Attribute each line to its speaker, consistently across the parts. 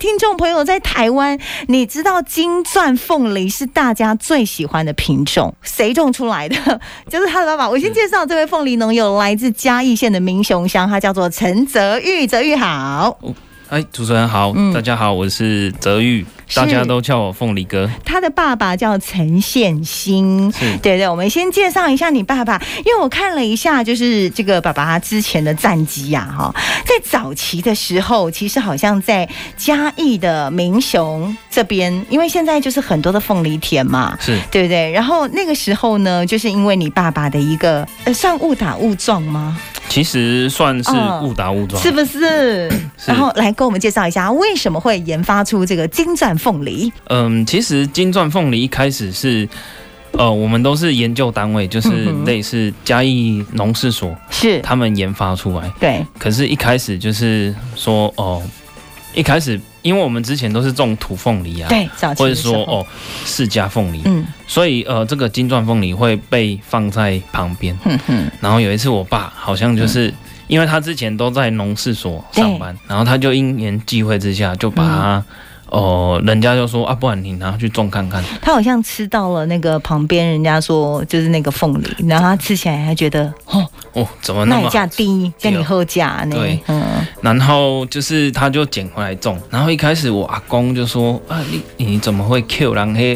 Speaker 1: 听众朋友在台湾，你知道金钻凤梨是大家最喜欢的品种，谁种出来的？ 就是他的爸爸。我先介绍这位凤梨农友，来自嘉义县的民雄乡，他叫做陈泽玉。泽玉好，
Speaker 2: 哎，主持人好，
Speaker 1: 嗯
Speaker 2: 大家好，我是泽玉，
Speaker 1: 是
Speaker 2: 大家都叫我凤梨哥，
Speaker 1: 他的爸爸叫陈宪兴。
Speaker 2: 是
Speaker 1: 对对，我们先介绍一下你爸爸，因为我看了一下，就是这个爸爸他之前的战绩呀，哈，在早期的时候，其实好像在嘉义的民雄这边，因为现在就是很多的凤梨田嘛。
Speaker 2: 是
Speaker 1: 对不对？然后那个时候呢，就是因为你爸爸的一个呃，算误打误撞吗？
Speaker 2: 其实算是
Speaker 1: 嗯
Speaker 2: 误打误撞，
Speaker 1: 是不是？
Speaker 2: 是
Speaker 1: 然后来跟我们介绍一下为什么会研发出这个金钻凤梨？
Speaker 2: 嗯，其实金钻凤梨一开始是。呃，我们都是研究单位，就是
Speaker 1: 嗯哼
Speaker 2: 类似嘉义农事所，
Speaker 1: 是
Speaker 2: 他们研发出来。
Speaker 1: 对，
Speaker 2: 可是，一开始就是说，哦、一开始因为我们之前都是种土凤梨啊，
Speaker 1: 对，早期
Speaker 2: 或
Speaker 1: 的
Speaker 2: 者
Speaker 1: 时候
Speaker 2: 说哦释迦凤梨，
Speaker 1: 嗯
Speaker 2: 所以呃，这个金钻凤梨会被放在旁边。
Speaker 1: 哼哼，
Speaker 2: 然后有一次，我爸好像就是、
Speaker 1: 嗯
Speaker 2: 因为他之前都在农事所上班，然后他就因缘际会之下就把他，
Speaker 1: 嗯
Speaker 2: 哦、人家就说啊，不然你拿去种看看。
Speaker 1: 他好像吃到了那个旁边人家说就是那个凤梨，然后他吃起来他觉得哦，
Speaker 2: 哦，怎么那
Speaker 1: 那
Speaker 2: 么
Speaker 1: 你价
Speaker 2: 好？
Speaker 1: 低，叫你喝价呢
Speaker 2: 对，
Speaker 1: 嗯，
Speaker 2: 然后就是他就捡回来种。然后一开始我阿公就说啊，你你怎么会 Q 人黑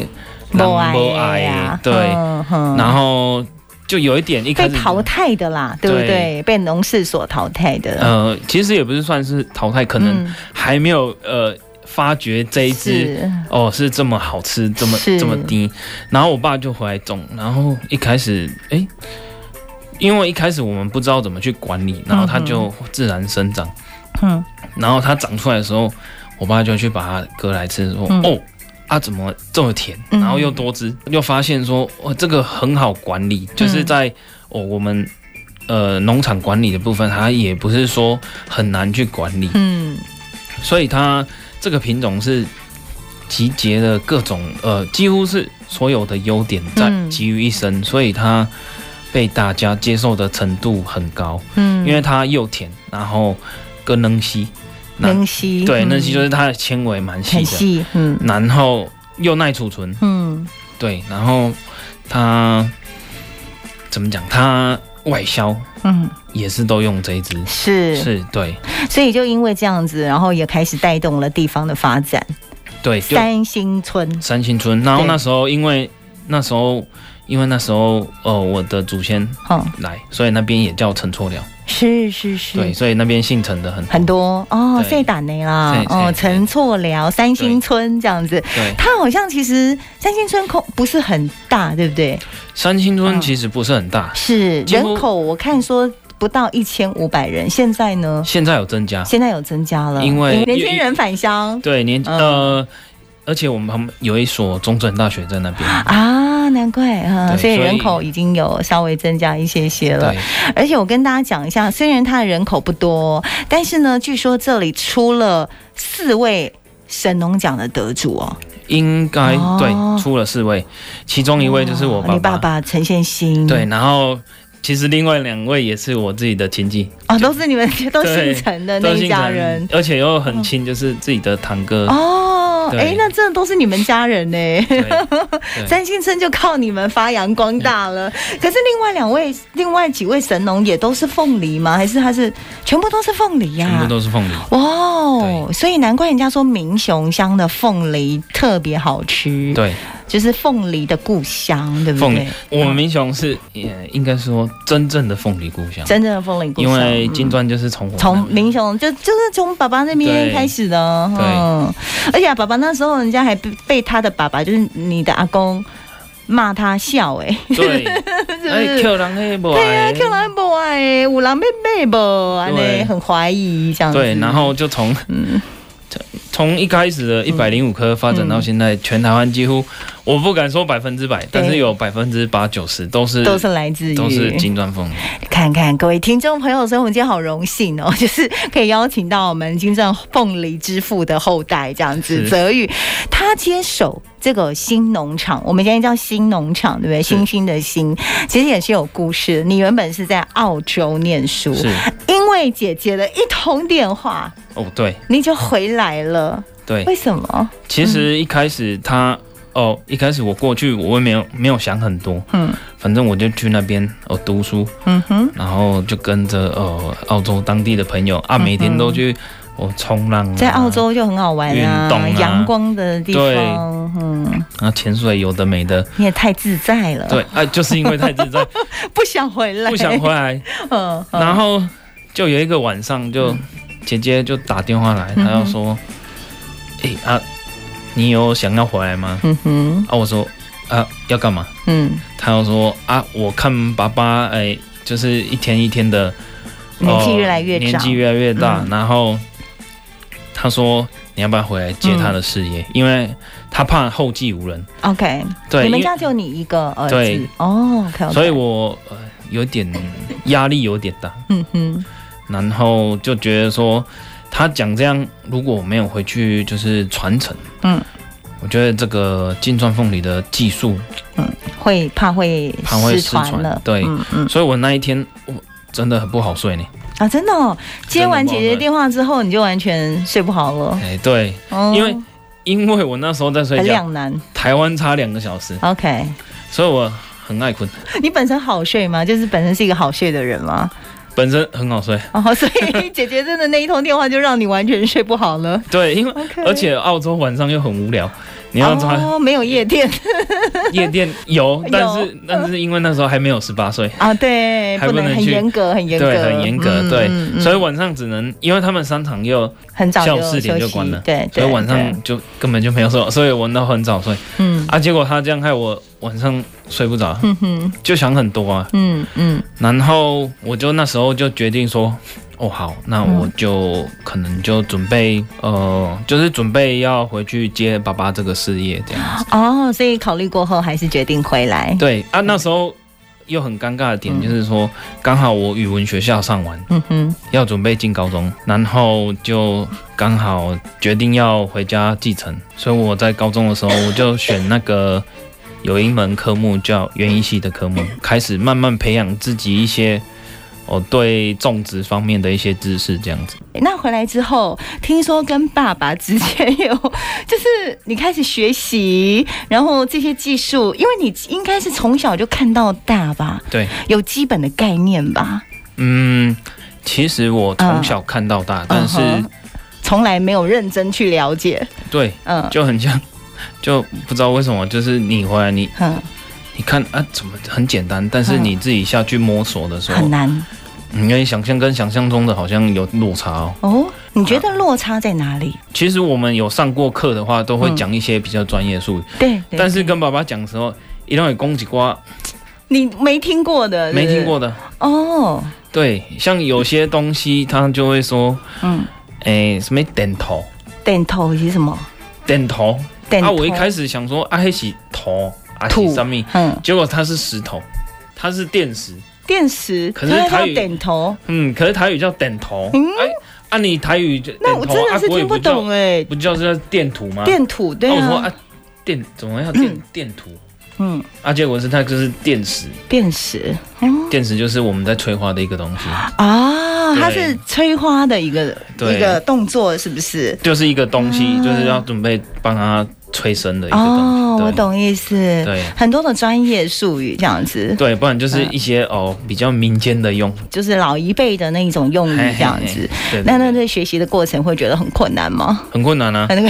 Speaker 1: 不爱
Speaker 2: 不
Speaker 1: 的
Speaker 2: 爱
Speaker 1: 呀，
Speaker 2: 对，
Speaker 1: 嗯哼
Speaker 2: 然后就有一点一
Speaker 1: 被
Speaker 2: 开始就
Speaker 1: 淘汰的啦，对不
Speaker 2: 对
Speaker 1: 对？被农事所淘汰的，
Speaker 2: 呃，其实也不是算是淘汰，可能
Speaker 1: 嗯，
Speaker 2: 还没有呃发觉这一只
Speaker 1: 是
Speaker 2: 哦是这么好吃，这么
Speaker 1: 是
Speaker 2: 这么低。然后我爸就回来种，然后一开始哎、因为一开始我们不知道怎么去管理，然后它就自然生长。
Speaker 1: 嗯，
Speaker 2: 然后它长出来的时候，我爸就去把它割来吃，说、
Speaker 1: 嗯
Speaker 2: 哦。啊，怎么这么甜？
Speaker 1: 嗯
Speaker 2: 然后又多汁，又发现说，哇，这个很好管理，
Speaker 1: 嗯
Speaker 2: 就是在哦我们呃农场管理的部分，它也不是说很难去管理，
Speaker 1: 嗯，
Speaker 2: 所以它这个品种是集结了各种呃，几乎是所有的优点在
Speaker 1: 嗯
Speaker 2: 集于一身，所以它被大家接受的程度很高，
Speaker 1: 嗯，
Speaker 2: 因为它又甜，然后更能吸，那
Speaker 1: 能吸，
Speaker 2: 对，
Speaker 1: 嗯
Speaker 2: 能吸就是它的纤维蛮细
Speaker 1: 很
Speaker 2: 的，
Speaker 1: 细，嗯
Speaker 2: 然后又耐储存，
Speaker 1: 嗯，
Speaker 2: 对，然后它怎么讲？它外销
Speaker 1: 嗯，
Speaker 2: 也是都用这一支，
Speaker 1: 是，
Speaker 2: 是对
Speaker 1: 所以就因为这样子，然后也开始带动了地方的发展。
Speaker 2: 对，就
Speaker 1: 三星村，
Speaker 2: 三星村。然后
Speaker 1: 对
Speaker 2: 那时候因为那时候因为那时候呃我的祖先
Speaker 1: 嗯，
Speaker 2: 来，所以那边也叫陈错了，
Speaker 1: 是是是，
Speaker 2: 对，所以那边姓陈的很
Speaker 1: 很多哦，
Speaker 2: 对
Speaker 1: 塞达内啦
Speaker 2: 对，
Speaker 1: 哦，
Speaker 2: 对
Speaker 1: 陈错寮、三星村这样子。
Speaker 2: 对。
Speaker 1: 它好像其实三星村空不是很大，对不对？
Speaker 2: 三星
Speaker 1: 嗯
Speaker 2: 村其实不是很大，
Speaker 1: 是
Speaker 2: 几乎
Speaker 1: 人口我看说不到一千五百人，现在呢，
Speaker 2: 现在有增加，
Speaker 1: 现在有增加了，
Speaker 2: 啊因为
Speaker 1: 年轻人返乡
Speaker 2: 对年
Speaker 1: 嗯
Speaker 2: 呃，而且我们旁边有一所中正大学在那边，
Speaker 1: 啊，难怪啊，
Speaker 2: 对
Speaker 1: 所以
Speaker 2: 所以
Speaker 1: 人口已经有稍微增加一些些了。
Speaker 2: 对
Speaker 1: 而且我跟大家讲一下，虽然它的人口不多，但是呢，据说这里出了四位神农奖的得主哦。
Speaker 2: 应该
Speaker 1: 哦
Speaker 2: 对出了四位，其中一位就是我
Speaker 1: 哇
Speaker 2: 爸
Speaker 1: 你爸嗯爸陈宪兴，
Speaker 2: 对，，然后其实另外两位也是我自己的亲戚，
Speaker 1: 哦，都是你们都姓陈的那
Speaker 2: 都
Speaker 1: 一
Speaker 2: 姓
Speaker 1: 家
Speaker 2: 陈
Speaker 1: 人，
Speaker 2: 而且又很亲，就是自己的堂哥。
Speaker 1: 哦，
Speaker 2: 对
Speaker 1: 哎，那真的都是你们家人呢。
Speaker 2: 对对
Speaker 1: 三星村就靠你们发扬光大了。可是另外两位、另外几位神农也都是凤梨吗？还是他是全部都是凤梨呀、
Speaker 2: 全部都是凤梨。
Speaker 1: 哇哦，所以难怪人家说民雄乡的凤梨特别好吃，
Speaker 2: 对，
Speaker 1: 就是凤梨的故乡，对不
Speaker 2: 凤
Speaker 1: 对
Speaker 2: 梨？我们民雄是也应该说真正的凤梨故乡，
Speaker 1: 真正的凤梨故
Speaker 2: 因
Speaker 1: 乡，
Speaker 2: 为
Speaker 1: 嗯
Speaker 2: 金砖就是从我
Speaker 1: 从
Speaker 2: 那边
Speaker 1: 民雄就就是从爸爸那边
Speaker 2: 对
Speaker 1: 开始的，
Speaker 2: 对
Speaker 1: 嗯，而且、啊、爸爸那时候人家还被被他的爸爸，就是你的阿公骂他笑、哎，
Speaker 2: 对，
Speaker 1: 是不
Speaker 2: 哎
Speaker 1: 是？
Speaker 2: ，Q 狼黑不
Speaker 1: 对啊，
Speaker 2: 哎，
Speaker 1: 看来不爱，有人被卖不，安
Speaker 2: 对
Speaker 1: 尼很怀疑这样子。
Speaker 2: 对，然后就从
Speaker 1: 嗯，
Speaker 2: 从一开始的一百零五颗发展到现在，全台湾几乎我不敢说百分之百，但是有百分之八九十都是
Speaker 1: 都是来自于
Speaker 2: 都是金砖凤梨。
Speaker 1: 看看各位听众朋友，所以我们今天好荣幸哦， 就是可以邀请到我们金钻凤梨之父的后代这样子，
Speaker 2: 是
Speaker 1: 泽宇他接手这个新农场，我们今天叫新农场，对不对？
Speaker 2: 是
Speaker 1: 星星的星，其实也是有故事的。你原本是在澳洲念书，
Speaker 2: 是
Speaker 1: 因为姐姐的一通电话，
Speaker 2: 哦，对
Speaker 1: 你就回来了。
Speaker 2: 对，
Speaker 1: 为什么？
Speaker 2: 其实一开始他哦，一开始我过去我也没有没有想很多，
Speaker 1: 嗯
Speaker 2: 反正我就去那边哦读书，
Speaker 1: 嗯哼，
Speaker 2: 然后就跟着呃澳洲当地的朋友啊，每天都去哦冲浪、啊，
Speaker 1: 嗯在澳洲就很好玩
Speaker 2: 运动啊
Speaker 1: 阳光的地
Speaker 2: 对
Speaker 1: 方，嗯，
Speaker 2: 啊潜水有的没 的，
Speaker 1: 你也太自在了，
Speaker 2: 对，，啊就是因为太 自在，
Speaker 1: 不想回来，
Speaker 2: 不想回来，
Speaker 1: 嗯，嗯，
Speaker 2: 然后就有一个晚上就姐姐就打电话来，
Speaker 1: 嗯哼
Speaker 2: 她就说，哎、啊，你有想要回来吗？
Speaker 1: 嗯哼，
Speaker 2: 啊我说啊要干嘛？
Speaker 1: 嗯，
Speaker 2: 他又说啊，我看爸爸哎、就是一天一天的
Speaker 1: 年纪
Speaker 2: 呃
Speaker 1: 越来越
Speaker 2: 年
Speaker 1: 长，
Speaker 2: 纪越来越大，
Speaker 1: 嗯
Speaker 2: 然后他说你要不要回来接他的事业？
Speaker 1: 嗯
Speaker 2: 因为他怕后继无人，
Speaker 1: OK，
Speaker 2: 对，
Speaker 1: 你们
Speaker 2: 因为
Speaker 1: 家就你一个儿子
Speaker 2: 对，
Speaker 1: 哦，OK，
Speaker 2: 所以我、呃、有点压力有点大，
Speaker 1: 嗯哼，
Speaker 2: 然后就觉得说他讲这样，如果我没有回去就是传承，
Speaker 1: 嗯。
Speaker 2: 我觉得这个金钻凤梨的技术，
Speaker 1: 会怕会
Speaker 2: 怕会
Speaker 1: 失
Speaker 2: 失
Speaker 1: 传
Speaker 2: 传
Speaker 1: 了，
Speaker 2: 对
Speaker 1: 嗯嗯，
Speaker 2: 所以我那一天我真的很不好睡呢。
Speaker 1: 啊，真的哦，接完姐
Speaker 2: 真
Speaker 1: 姐
Speaker 2: 的不好睡
Speaker 1: 电话之后，你就完全睡不好了，
Speaker 2: 哎、对，
Speaker 1: 哦
Speaker 2: 因为因为我那时候在睡
Speaker 1: 很
Speaker 2: 觉，
Speaker 1: 两难
Speaker 2: 台湾差两个小时，
Speaker 1: ，OK，
Speaker 2: 所以我很爱困，
Speaker 1: 你本身好睡吗？就是本身是一个好睡的人吗？
Speaker 2: 本身很好睡。
Speaker 1: 哦， 所以姐姐真的那一通电话就让你完全睡不好了。
Speaker 2: 对，因为
Speaker 1: OK，
Speaker 2: 而且澳洲晚上又很无聊，你要抓
Speaker 1: 哦，没有夜店
Speaker 2: 夜店有
Speaker 1: 有，
Speaker 2: 但是但是因为那时候还没有十八岁，
Speaker 1: 啊，对，
Speaker 2: 还不能
Speaker 1: 很
Speaker 2: 去
Speaker 1: 严格，很严格，
Speaker 2: 对，很严格，
Speaker 1: 嗯
Speaker 2: 对，
Speaker 1: 嗯
Speaker 2: 所以晚上只能，因为他们商场又，
Speaker 1: 很早
Speaker 2: 下
Speaker 1: 就
Speaker 2: 午四点
Speaker 1: 休
Speaker 2: 就
Speaker 1: 息
Speaker 2: 关了
Speaker 1: 对，
Speaker 2: 所
Speaker 1: 对
Speaker 2: 以晚
Speaker 1: 对
Speaker 2: 上就根本就没有睡，所以我都很早睡
Speaker 1: 嗯
Speaker 2: 啊。结果他这样害我晚上睡不着，
Speaker 1: 嗯哼
Speaker 2: 就想很多啊。
Speaker 1: 嗯嗯
Speaker 2: 然后我就那时候就决定说，哦好，那
Speaker 1: 嗯
Speaker 2: 我就可能就准备呃，就是准备要回去接爸爸这个事业这样子。
Speaker 1: 哦，所以考虑过后还是决定回来。
Speaker 2: 对啊，那时候又很尴尬的点
Speaker 1: 嗯
Speaker 2: 就是说，刚好我语文学校上完，
Speaker 1: 嗯哼，
Speaker 2: 要准备进高中，然后就刚好决定要回家继承，所以我在高中的时候我就选那个。 有一门科目叫园艺系的科目，开始慢慢培养自己一些哦对种植方面的一些知识，这样子。
Speaker 1: 那回来之后，听说跟爸爸之间有，就是你开始学习，然后这些技术，因为你应该是从小就看到大吧，
Speaker 2: 对，
Speaker 1: 有基本的概念吧，
Speaker 2: 嗯，其实我从小看到大，但是、
Speaker 1: 嗯嗯哼从来没有认真去了解。
Speaker 2: 对
Speaker 1: 嗯
Speaker 2: 就很像，就不知道为什么，就是你回来你
Speaker 1: 嗯，
Speaker 2: 你看啊，怎么很简单，但是
Speaker 1: 嗯
Speaker 2: 你自己下去摸索的时候
Speaker 1: 很，难
Speaker 2: 你可以想象跟想象中的好像有落差哦。
Speaker 1: 哦。你觉得落差在哪里？
Speaker 2: 其实我们有上过课的话，都会讲一些比较专业术语，
Speaker 1: 对，嗯对
Speaker 2: 但是
Speaker 1: 对
Speaker 2: 跟爸爸讲的时候，一定会攻击瓜
Speaker 1: 你没听过的，
Speaker 2: 没听过
Speaker 1: 对
Speaker 2: 的。
Speaker 1: 不对哦。
Speaker 2: 对，像有些东西他就 会说，
Speaker 1: 嗯，
Speaker 2: 哎、什么点头，
Speaker 1: 点头是什么？
Speaker 2: 点头。
Speaker 1: 点头。
Speaker 2: 啊，我一开始想说啊，黑是头，啊
Speaker 1: 土
Speaker 2: 是什么？
Speaker 1: 嗯，
Speaker 2: 结果它是石头，它是电石。
Speaker 1: 电池，
Speaker 2: 可是
Speaker 1: 它
Speaker 2: 台
Speaker 1: 叫
Speaker 2: 语
Speaker 1: 点头，
Speaker 2: 嗯，可是台语叫点头。
Speaker 1: 嗯
Speaker 2: 哎、啊，你台语就
Speaker 1: 那我
Speaker 2: 点头
Speaker 1: 真的是
Speaker 2: 啊、国语
Speaker 1: 听不懂哎、
Speaker 2: 不叫，不叫是电图吗？
Speaker 1: 电土对
Speaker 2: 啊，我说
Speaker 1: 啊，
Speaker 2: 啊，电怎么要电电图？
Speaker 1: 嗯，
Speaker 2: 啊，结果是它就是电石，
Speaker 1: 电石，嗯
Speaker 2: 电石就是我们在催化的一个东西，
Speaker 1: 啊，
Speaker 2: 对
Speaker 1: 它是催花的一个
Speaker 2: 对
Speaker 1: 一个动作，是不是？
Speaker 2: 就是一个东西，
Speaker 1: 啊
Speaker 2: 就是要准备帮它催生的一个
Speaker 1: 哦，
Speaker 2: 东西。
Speaker 1: 我
Speaker 2: 对
Speaker 1: 懂意思，
Speaker 2: 对
Speaker 1: 很多的专业术语这样子，
Speaker 2: 对，不然就是 一些、哦比较民间的用。
Speaker 1: 就是老一辈的那种用语嗯这样
Speaker 2: 嘿
Speaker 1: 子。
Speaker 2: 对对
Speaker 1: 那那
Speaker 2: 对
Speaker 1: 在学习的过程会觉得很困难吗？
Speaker 2: 很困难 啊。
Speaker 1: 啊那个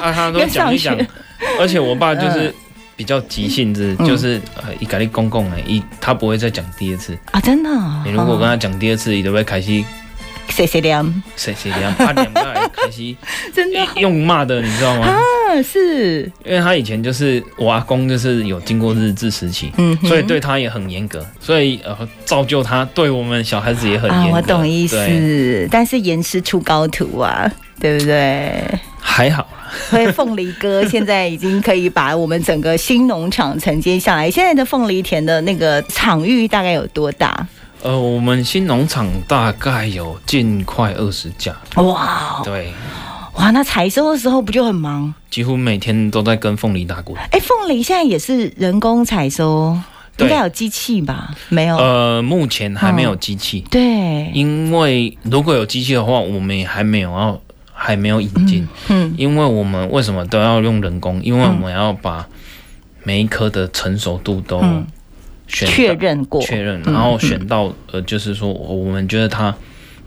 Speaker 2: 啊，他都讲一 讲
Speaker 1: 跟上，
Speaker 2: 而且我爸就是比较急性子，
Speaker 1: 嗯
Speaker 2: 就是呃，一跟你公公哎，一他不会再讲第二次。
Speaker 1: 啊，真的哦，
Speaker 2: 你哎如果跟他讲第二次，你就会开始
Speaker 1: 谁谁凉，
Speaker 2: 谁谁两八点半开始
Speaker 1: 真的
Speaker 2: 用骂的，你知道吗？
Speaker 1: 嗯是，
Speaker 2: 因为他以前就是我阿公，就是有经过日治时期。
Speaker 1: 嗯哼，
Speaker 2: 所以对他也很严格，所以呃，造就他对我们小孩子也很
Speaker 1: 啊
Speaker 2: 严，格。
Speaker 1: 我懂意
Speaker 2: 对，
Speaker 1: 思，但是严师出高徒啊，对不对？
Speaker 2: 还好，
Speaker 1: 所以凤梨哥现在已经可以把我们整个新农场承接下来。现在的凤梨田的那个场域大概有多大？
Speaker 2: 呃，我们新农场大概有近快二十家，
Speaker 1: 哇
Speaker 2: 对，
Speaker 1: 哇，那采收的时候不就很忙？
Speaker 2: 几乎每天都在跟凤梨打滚。
Speaker 1: 哎，凤梨现在也是人工采收，
Speaker 2: 对
Speaker 1: 应该有机器吧？没有，
Speaker 2: 呃，目前还没有机器，
Speaker 1: 对，
Speaker 2: 因为如果有机器的话，我们也还没有要，还没有引进，
Speaker 1: 嗯
Speaker 2: 因为我们为什么都要用人工？因为我们要把每一颗的成熟度都
Speaker 1: 嗯
Speaker 2: 选到
Speaker 1: 确认过，嗯
Speaker 2: 确认，然后选到、呃，就是说我我们觉得它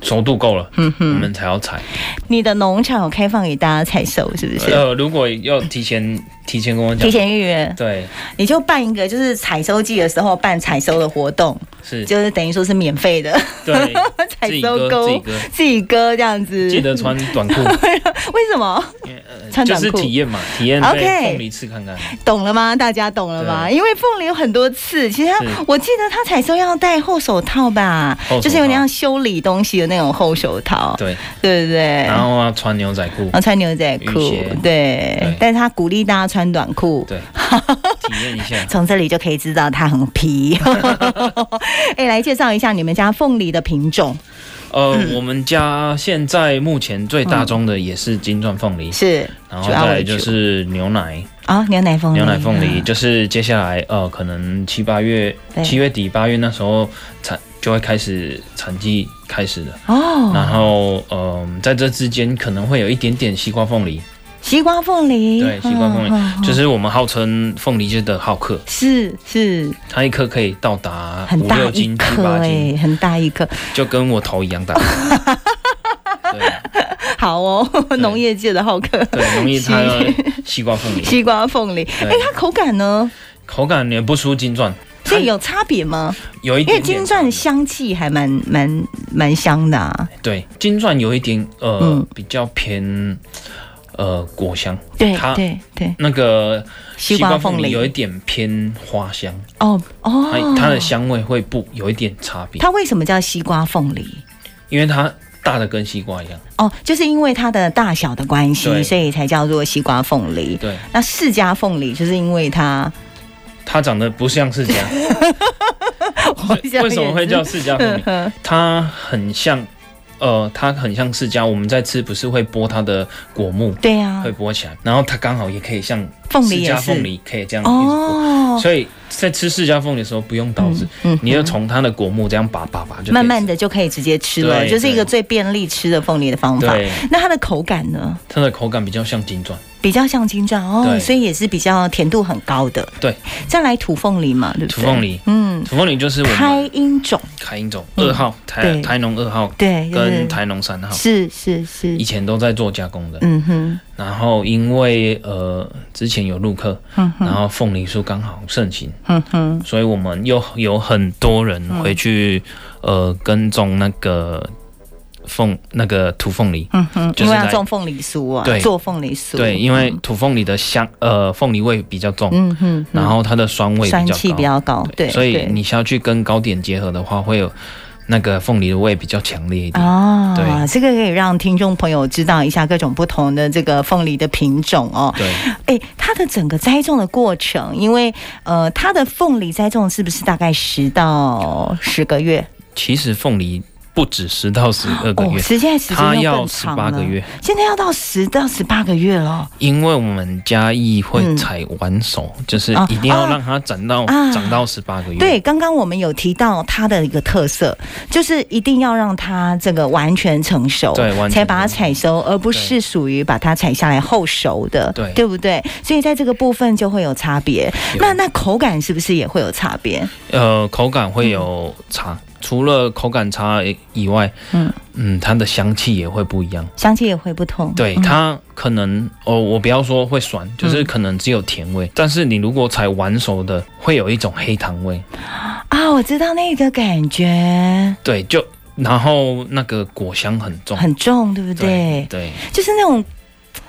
Speaker 2: 熟度够了，
Speaker 1: 嗯
Speaker 2: 我
Speaker 1: 哼，
Speaker 2: 们才要采。
Speaker 1: 你的农场有开放给大家采收，是不是？
Speaker 2: 呃，如果要提前提前跟我讲
Speaker 1: 提，前预约，
Speaker 2: 对，
Speaker 1: 你就办一个，就是采收季的时候办采收的活动，
Speaker 2: 是，
Speaker 1: 就是等于说是免费的
Speaker 2: 对，自
Speaker 1: 采
Speaker 2: 己
Speaker 1: 收
Speaker 2: 割自己
Speaker 1: 沟，
Speaker 2: 割，
Speaker 1: 自己割这样子。
Speaker 2: 记得穿 短裤，
Speaker 1: 为什么？
Speaker 2: 因为呃
Speaker 1: 穿
Speaker 2: 就
Speaker 1: 短
Speaker 2: 是
Speaker 1: 裤
Speaker 2: 体验嘛，体验
Speaker 1: OK
Speaker 2: 被凤梨吃看看，
Speaker 1: 懂了吗？大家懂了吗？因为凤梨有很多刺，其实它
Speaker 2: 是
Speaker 1: 我记得它采收要戴后手套吧，
Speaker 2: 后手套
Speaker 1: 就是有点像修理东西的那种后手套，
Speaker 2: 对，
Speaker 1: 对不对？
Speaker 2: 然后要啊穿牛仔裤
Speaker 1: 然，后穿牛仔裤
Speaker 2: 雨鞋，
Speaker 1: 对，
Speaker 2: 对
Speaker 1: 但是他鼓励大家穿短裤。
Speaker 2: 对，体验一下。
Speaker 1: 从这里就可以知道他很皮。 哎、来介绍一下你们家凤梨的品种，
Speaker 2: 呃，我们家现在目前最大宗的也是金钻凤梨，
Speaker 1: 是
Speaker 2: 然后再来就是牛奶，
Speaker 1: 啊、牛奶凤梨，
Speaker 2: 牛奶凤梨，
Speaker 1: 嗯
Speaker 2: 就是接下来呃，可能七八月
Speaker 1: 对
Speaker 2: 七月底八月那时候产就会开始产季开始的，然
Speaker 1: 哦，
Speaker 2: 后嗯、呃在这之间可能会有一点点西瓜凤梨，
Speaker 1: 西瓜凤梨，
Speaker 2: 对西瓜凤梨
Speaker 1: 嗯嗯嗯
Speaker 2: 就是我们号称凤梨界的好客，
Speaker 1: 是是
Speaker 2: 它一颗可以到达
Speaker 1: 很
Speaker 2: 五
Speaker 1: 大
Speaker 2: 六
Speaker 1: 一
Speaker 2: 斤、七
Speaker 1: 颗
Speaker 2: 八
Speaker 1: 哎、
Speaker 2: 斤，
Speaker 1: 很大一颗，
Speaker 2: 就跟我头一 样大。对
Speaker 1: 好 哦，农业界的好客，
Speaker 2: 对，容易
Speaker 1: 西
Speaker 2: 它西瓜凤梨，
Speaker 1: 西瓜凤梨，哎、
Speaker 2: 对
Speaker 1: 它口感呢？
Speaker 2: 口感也不输金钻，
Speaker 1: 所以有差别吗？
Speaker 2: 有一
Speaker 1: 因为
Speaker 2: 点点
Speaker 1: 金
Speaker 2: 差
Speaker 1: 钻
Speaker 2: 别
Speaker 1: 香气还蛮蛮蛮香的、啊，
Speaker 2: 对，金钻有一点呃、
Speaker 1: 嗯
Speaker 2: 比较偏呃果香，
Speaker 1: 对
Speaker 2: 它
Speaker 1: 对对，
Speaker 2: 那个
Speaker 1: 西瓜凤
Speaker 2: 凤
Speaker 1: 梨
Speaker 2: 有一点偏花香，
Speaker 1: 哦哦
Speaker 2: 它、，它的香味会不有一点差别，
Speaker 1: 它为什么叫西瓜凤梨？
Speaker 2: 因为它大的跟西瓜一样，
Speaker 1: 哦，就是因为它的大小的关系，
Speaker 2: 对
Speaker 1: 所以才叫做西瓜凤梨。
Speaker 2: 对，
Speaker 1: 那释迦凤梨就是因为它，
Speaker 2: 它长得不像释迦，
Speaker 1: 我想
Speaker 2: 为什么会
Speaker 1: 也知嗯
Speaker 2: 叫释迦凤 梨？
Speaker 1: 呵呵
Speaker 2: 它很像，呃，它很像释迦，我们在吃不是会剥它的果木，
Speaker 1: 对呀、啊
Speaker 2: 会，剥起来，然后它刚好也可以像
Speaker 1: 凤
Speaker 2: 释
Speaker 1: 梨也
Speaker 2: 迦
Speaker 1: 是
Speaker 2: 凤梨可以这样一直剥，
Speaker 1: 哦，
Speaker 2: 所以在吃释迦凤梨的时候不用刀子。
Speaker 1: 嗯
Speaker 2: 你就从它的果木这样拔拔拔，就可以
Speaker 1: 慢慢
Speaker 2: 吃
Speaker 1: 的就可以直接吃了，
Speaker 2: 对
Speaker 1: 就是一个
Speaker 2: 对
Speaker 1: 最便利吃的凤梨的方法。
Speaker 2: 对
Speaker 1: 那它的口感呢，
Speaker 2: 它的口感比较像金钻，
Speaker 1: 比较像金钻哦，
Speaker 2: 对
Speaker 1: 所以也是比较甜度很高的。
Speaker 2: 对，
Speaker 1: 再来土凤梨嘛，对不对？
Speaker 2: 土凤，梨。
Speaker 1: 嗯，
Speaker 2: 土凤梨就是我
Speaker 1: 开
Speaker 2: 们
Speaker 1: 音种，
Speaker 2: 开音种
Speaker 1: 嗯
Speaker 2: 二号台
Speaker 1: 对嗯
Speaker 2: 台农二号
Speaker 1: 对，就是
Speaker 2: 跟台农三号，
Speaker 1: 是是
Speaker 2: 以
Speaker 1: 是，
Speaker 2: 前都在做加工的。
Speaker 1: 嗯哼，
Speaker 2: 然后因为呃之前有入客，
Speaker 1: 嗯
Speaker 2: 然
Speaker 1: 哼，
Speaker 2: 后凤梨酥刚好盛行，
Speaker 1: 嗯哼，
Speaker 2: 所以我们又有很多
Speaker 1: 嗯
Speaker 2: 人回去呃跟种那个凤那个土凤梨。
Speaker 1: 嗯哼，
Speaker 2: 就是
Speaker 1: 因为要
Speaker 2: 来
Speaker 1: 种凤梨酥啊，
Speaker 2: 对
Speaker 1: 做凤梨酥，
Speaker 2: 对，因为
Speaker 1: 嗯
Speaker 2: 土凤梨的香呃凤梨味比较重，
Speaker 1: 嗯哼，
Speaker 2: 然后它的酸味比较
Speaker 1: 酸
Speaker 2: 高，
Speaker 1: 气比较高，对，
Speaker 2: 所以
Speaker 1: 对
Speaker 2: 你想要去跟糕点结合的话，会有那个凤梨的味比较强烈一点。
Speaker 1: 啊，
Speaker 2: 对
Speaker 1: 这个可以让听众朋友知道一下各种不同的这个凤梨的品种哦。
Speaker 2: 对，
Speaker 1: 哎，它的整个栽种的过程，因为呃，它的凤梨栽种是不是大概十到十个月？
Speaker 2: 其实凤梨不止十到十二个
Speaker 1: 哦，
Speaker 2: 月，
Speaker 1: 时间时间
Speaker 2: 它
Speaker 1: 又
Speaker 2: 要
Speaker 1: 更
Speaker 2: 十
Speaker 1: 长
Speaker 2: 八个
Speaker 1: 了，
Speaker 2: 月，
Speaker 1: 现在要到十到十八个月了
Speaker 2: 因为我们嘉义会
Speaker 1: 嗯
Speaker 2: 采完熟，就是
Speaker 1: 啊
Speaker 2: 一定要
Speaker 1: 啊
Speaker 2: 让它长到
Speaker 1: 啊
Speaker 2: 长到十八个月。
Speaker 1: 对，刚刚我们有提到它的一个特色，就是一定要让它这个完全成熟，
Speaker 2: 对完全
Speaker 1: 才把它
Speaker 2: 成熟
Speaker 1: 采收，而不是属于把它采下来后熟的，
Speaker 2: 对
Speaker 1: 对不对？所以在这个部分就会有差别。
Speaker 2: 有
Speaker 1: 那那口感是不是也会有差别？
Speaker 2: 呃，口感
Speaker 1: 嗯
Speaker 2: 会有差，除了口感差以外，
Speaker 1: 嗯
Speaker 2: 嗯，它的香气也会不一样。
Speaker 1: 香气也会不同，
Speaker 2: 对
Speaker 1: 嗯
Speaker 2: 它可能哦，我不要说会酸，就是可能只有甜味，但是你如果采完熟的，会有一种黑糖味。
Speaker 1: 啊，我知道那个感觉
Speaker 2: 对，就然后那个果香很重，
Speaker 1: 很重，对不对？
Speaker 2: 对
Speaker 1: 就是那种。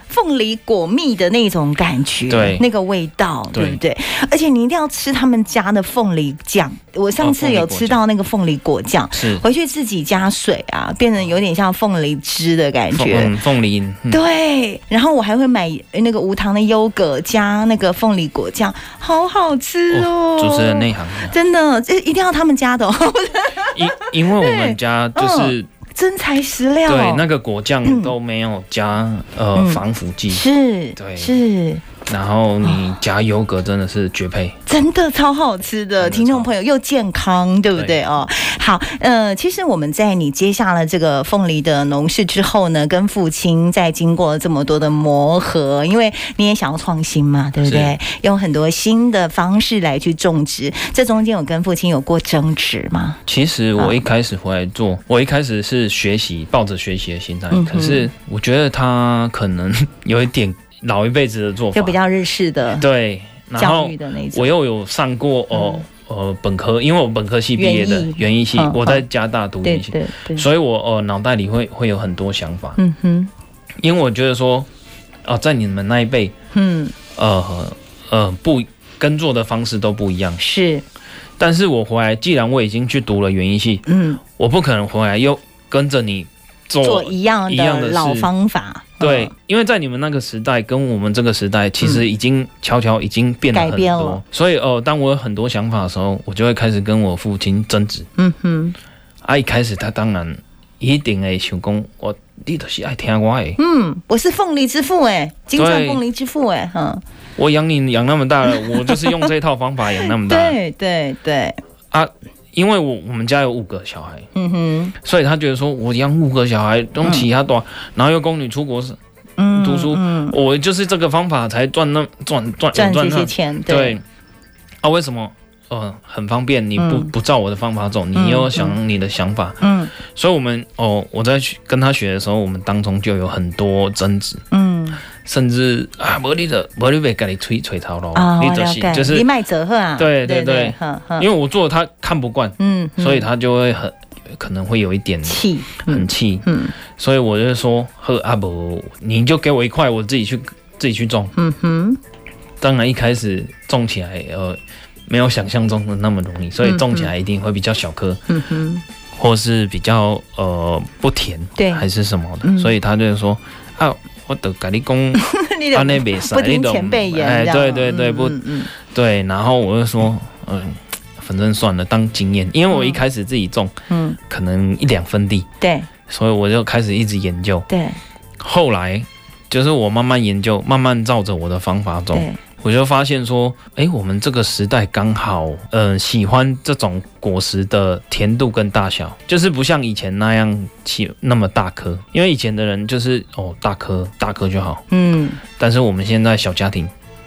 Speaker 1: 凤梨果蜜的那种感觉，
Speaker 2: 对
Speaker 1: 那个味道，
Speaker 2: 对
Speaker 1: 对不对？而且你一定要吃他们家的凤梨酱。我上
Speaker 2: 哦
Speaker 1: 次有吃到那个凤梨果酱，
Speaker 2: 是
Speaker 1: 回去自己加水啊，变成有点像凤梨汁的感
Speaker 2: 凤
Speaker 1: 觉。
Speaker 2: 嗯凤梨，嗯
Speaker 1: 对，然后我还会买那个无糖的优格加那个凤梨果酱，好好吃哦！
Speaker 2: 主持人内行，
Speaker 1: 真的，这一定要他们家的、哦，
Speaker 2: 因因为我们家就是
Speaker 1: 真材实料。哦
Speaker 2: 对那个果酱都没有加呃
Speaker 1: 嗯
Speaker 2: 防腐剂，
Speaker 1: 是，
Speaker 2: 对
Speaker 1: 是，
Speaker 2: 然后你夹优格真的是绝配。
Speaker 1: 真的超好吃的，
Speaker 2: 真的
Speaker 1: 听众
Speaker 2: 超
Speaker 1: 朋友又健康，对不对
Speaker 2: 对
Speaker 1: 哦？好，呃，其实我们在你接下了这个凤梨的农事之后呢，跟父亲在经过了这么多的磨合，因为你也想要创新嘛，对不对？用很多新的方式来去种植，这中间有跟父亲有过争执吗？
Speaker 2: 其实
Speaker 1: 啊
Speaker 2: 我一开始回来做，我一开始是学习，抱着学习的心态
Speaker 1: 嗯哼。
Speaker 2: 可是我觉得他可能有一点老一辈子的做法
Speaker 1: 就比，较日式的
Speaker 2: 对。然
Speaker 1: 教
Speaker 2: 后
Speaker 1: 育的那种，
Speaker 2: 我又有上过哦呃本科，因为我本科系毕业的
Speaker 1: 园艺
Speaker 2: 园艺系
Speaker 1: 嗯，
Speaker 2: 我在加大读
Speaker 1: 对
Speaker 2: 园艺系，
Speaker 1: 对对，
Speaker 2: 所以我呃脑袋里会会有很多想法，
Speaker 1: 嗯哼，
Speaker 2: 因为我觉得说啊、在你们那一辈，
Speaker 1: 嗯，
Speaker 2: 呃呃不耕作的方式都不一样，
Speaker 1: 是，
Speaker 2: 但是我回来，既然我已经去读了园艺系，
Speaker 1: 嗯，
Speaker 2: 我不可能回来又跟着你做。
Speaker 1: 做一样
Speaker 2: 一样
Speaker 1: 的
Speaker 2: 的
Speaker 1: 老
Speaker 2: 事
Speaker 1: 方法，
Speaker 2: 对
Speaker 1: 嗯，
Speaker 2: 因为在你们那个时代跟我们这个时代，其实已经悄悄已经变了很
Speaker 1: 改变
Speaker 2: 多
Speaker 1: 了。
Speaker 2: 所以哦，当我有很多想法的时候，我就会开始跟我父亲争执。
Speaker 1: 嗯哼。
Speaker 2: 啊，一开始他当然一定会想讲，我你都是爱听我的，
Speaker 1: 嗯，我是凤梨之父哎、金钻凤梨之父哎、嗯，
Speaker 2: 我养你养那么大了，我就是用这套方法养那么大。
Speaker 1: 对对对，
Speaker 2: 因为我我们家有五个小孩，
Speaker 1: 嗯哼，
Speaker 2: 所以他觉得说我养五个小孩，东其他短，然后又供你出国，
Speaker 1: 嗯，
Speaker 2: 读书
Speaker 1: 嗯，
Speaker 2: 我就是这个方法才赚那赚赚
Speaker 1: 赚这
Speaker 2: 赚那
Speaker 1: 些钱，对
Speaker 2: 对啊？为什么？呃，很方便，你不
Speaker 1: 嗯
Speaker 2: 不照我的方法走，
Speaker 1: 嗯
Speaker 2: 你又想你的想法，
Speaker 1: 嗯
Speaker 2: 所以我们哦，我在学跟他学的时候，我们当中就有很多争执，
Speaker 1: 嗯，
Speaker 2: 甚至啊，无你的无你被给你吹吹操咯，
Speaker 1: 哦，
Speaker 2: 你
Speaker 1: 我
Speaker 2: 就
Speaker 1: 了
Speaker 2: 是
Speaker 1: 解，
Speaker 2: 就是
Speaker 1: 一脉折合啊，
Speaker 2: 对对对
Speaker 1: 呵呵，
Speaker 2: 因为我做他看不惯，
Speaker 1: 嗯，嗯
Speaker 2: 所以他就会很可能会有一点
Speaker 1: 气，
Speaker 2: 很
Speaker 1: 嗯
Speaker 2: 气，
Speaker 1: 嗯
Speaker 2: 所以我就说呵阿伯，你就给我一块，我自己去自己去种。
Speaker 1: 嗯哼，
Speaker 2: 当然一开始种起来，呃，没有想象中的那么容易，所以种起来一定会比较小颗，
Speaker 1: 嗯哼，
Speaker 2: 或是比较呃不甜，
Speaker 1: 对
Speaker 2: 还是什么的。
Speaker 1: 嗯
Speaker 2: 所以他就说啊，我得跟你 讲，
Speaker 1: 你
Speaker 2: 安
Speaker 1: 的
Speaker 2: 内比赛
Speaker 1: 不听前辈言，这
Speaker 2: 哎，
Speaker 1: 样
Speaker 2: 对对对，不
Speaker 1: 嗯嗯
Speaker 2: 对。然后我就说，嗯、反正算了，当经验，因为我一开始自己种，
Speaker 1: 嗯，
Speaker 2: 可能一两分地，
Speaker 1: 对
Speaker 2: 所以我就开始一直研究。
Speaker 1: 对
Speaker 2: 后来就是我慢慢研究，慢慢照着我的方法走，
Speaker 1: 对，
Speaker 2: 我就发现说，诶，我们这个时代刚好，嗯，喜欢这种果实的甜度跟大小，就是不像以前那样起那么大颗，因为以前的人就是哦大颗大颗就好，
Speaker 1: 嗯，
Speaker 2: 但是我们现在小家庭，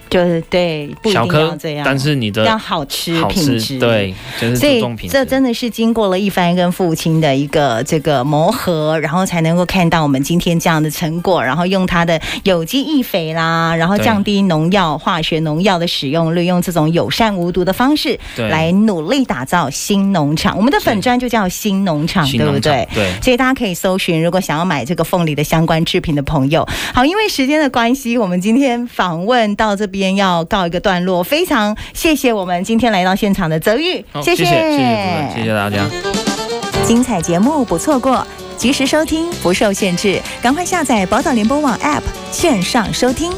Speaker 1: 就是对，不一
Speaker 2: 小
Speaker 1: 定
Speaker 2: 颗
Speaker 1: 要这样，
Speaker 2: 但是你的
Speaker 1: 要好吃，
Speaker 2: 好
Speaker 1: 品质
Speaker 2: 吃，对，就是
Speaker 1: 所以
Speaker 2: 注重品质，
Speaker 1: 这真的是经过了一番跟父亲的一个这个磨合，然后才能够看到我们今天这样的成果，然后用它的有机易肥啦，然后
Speaker 2: 对
Speaker 1: 降低农药、化学农药的使用率，用这种友善无毒的方式
Speaker 2: 对
Speaker 1: 来努力打造新农场。我们的粉砖就叫新农场，
Speaker 2: 新
Speaker 1: 对不
Speaker 2: 农场
Speaker 1: 对？
Speaker 2: 对。
Speaker 1: 所以大家可以搜寻，如果想要买这个凤梨的相关制品的朋友，好，因为时间的关系，我们今天访问到这边要告一个段落，非常谢谢我们今天来到现场的泽玉，
Speaker 2: 好谢谢谢谢主任，谢谢大家。
Speaker 1: 精彩节目不错过，及时收听不受限制，赶快下载宝岛联播网 App 线上收听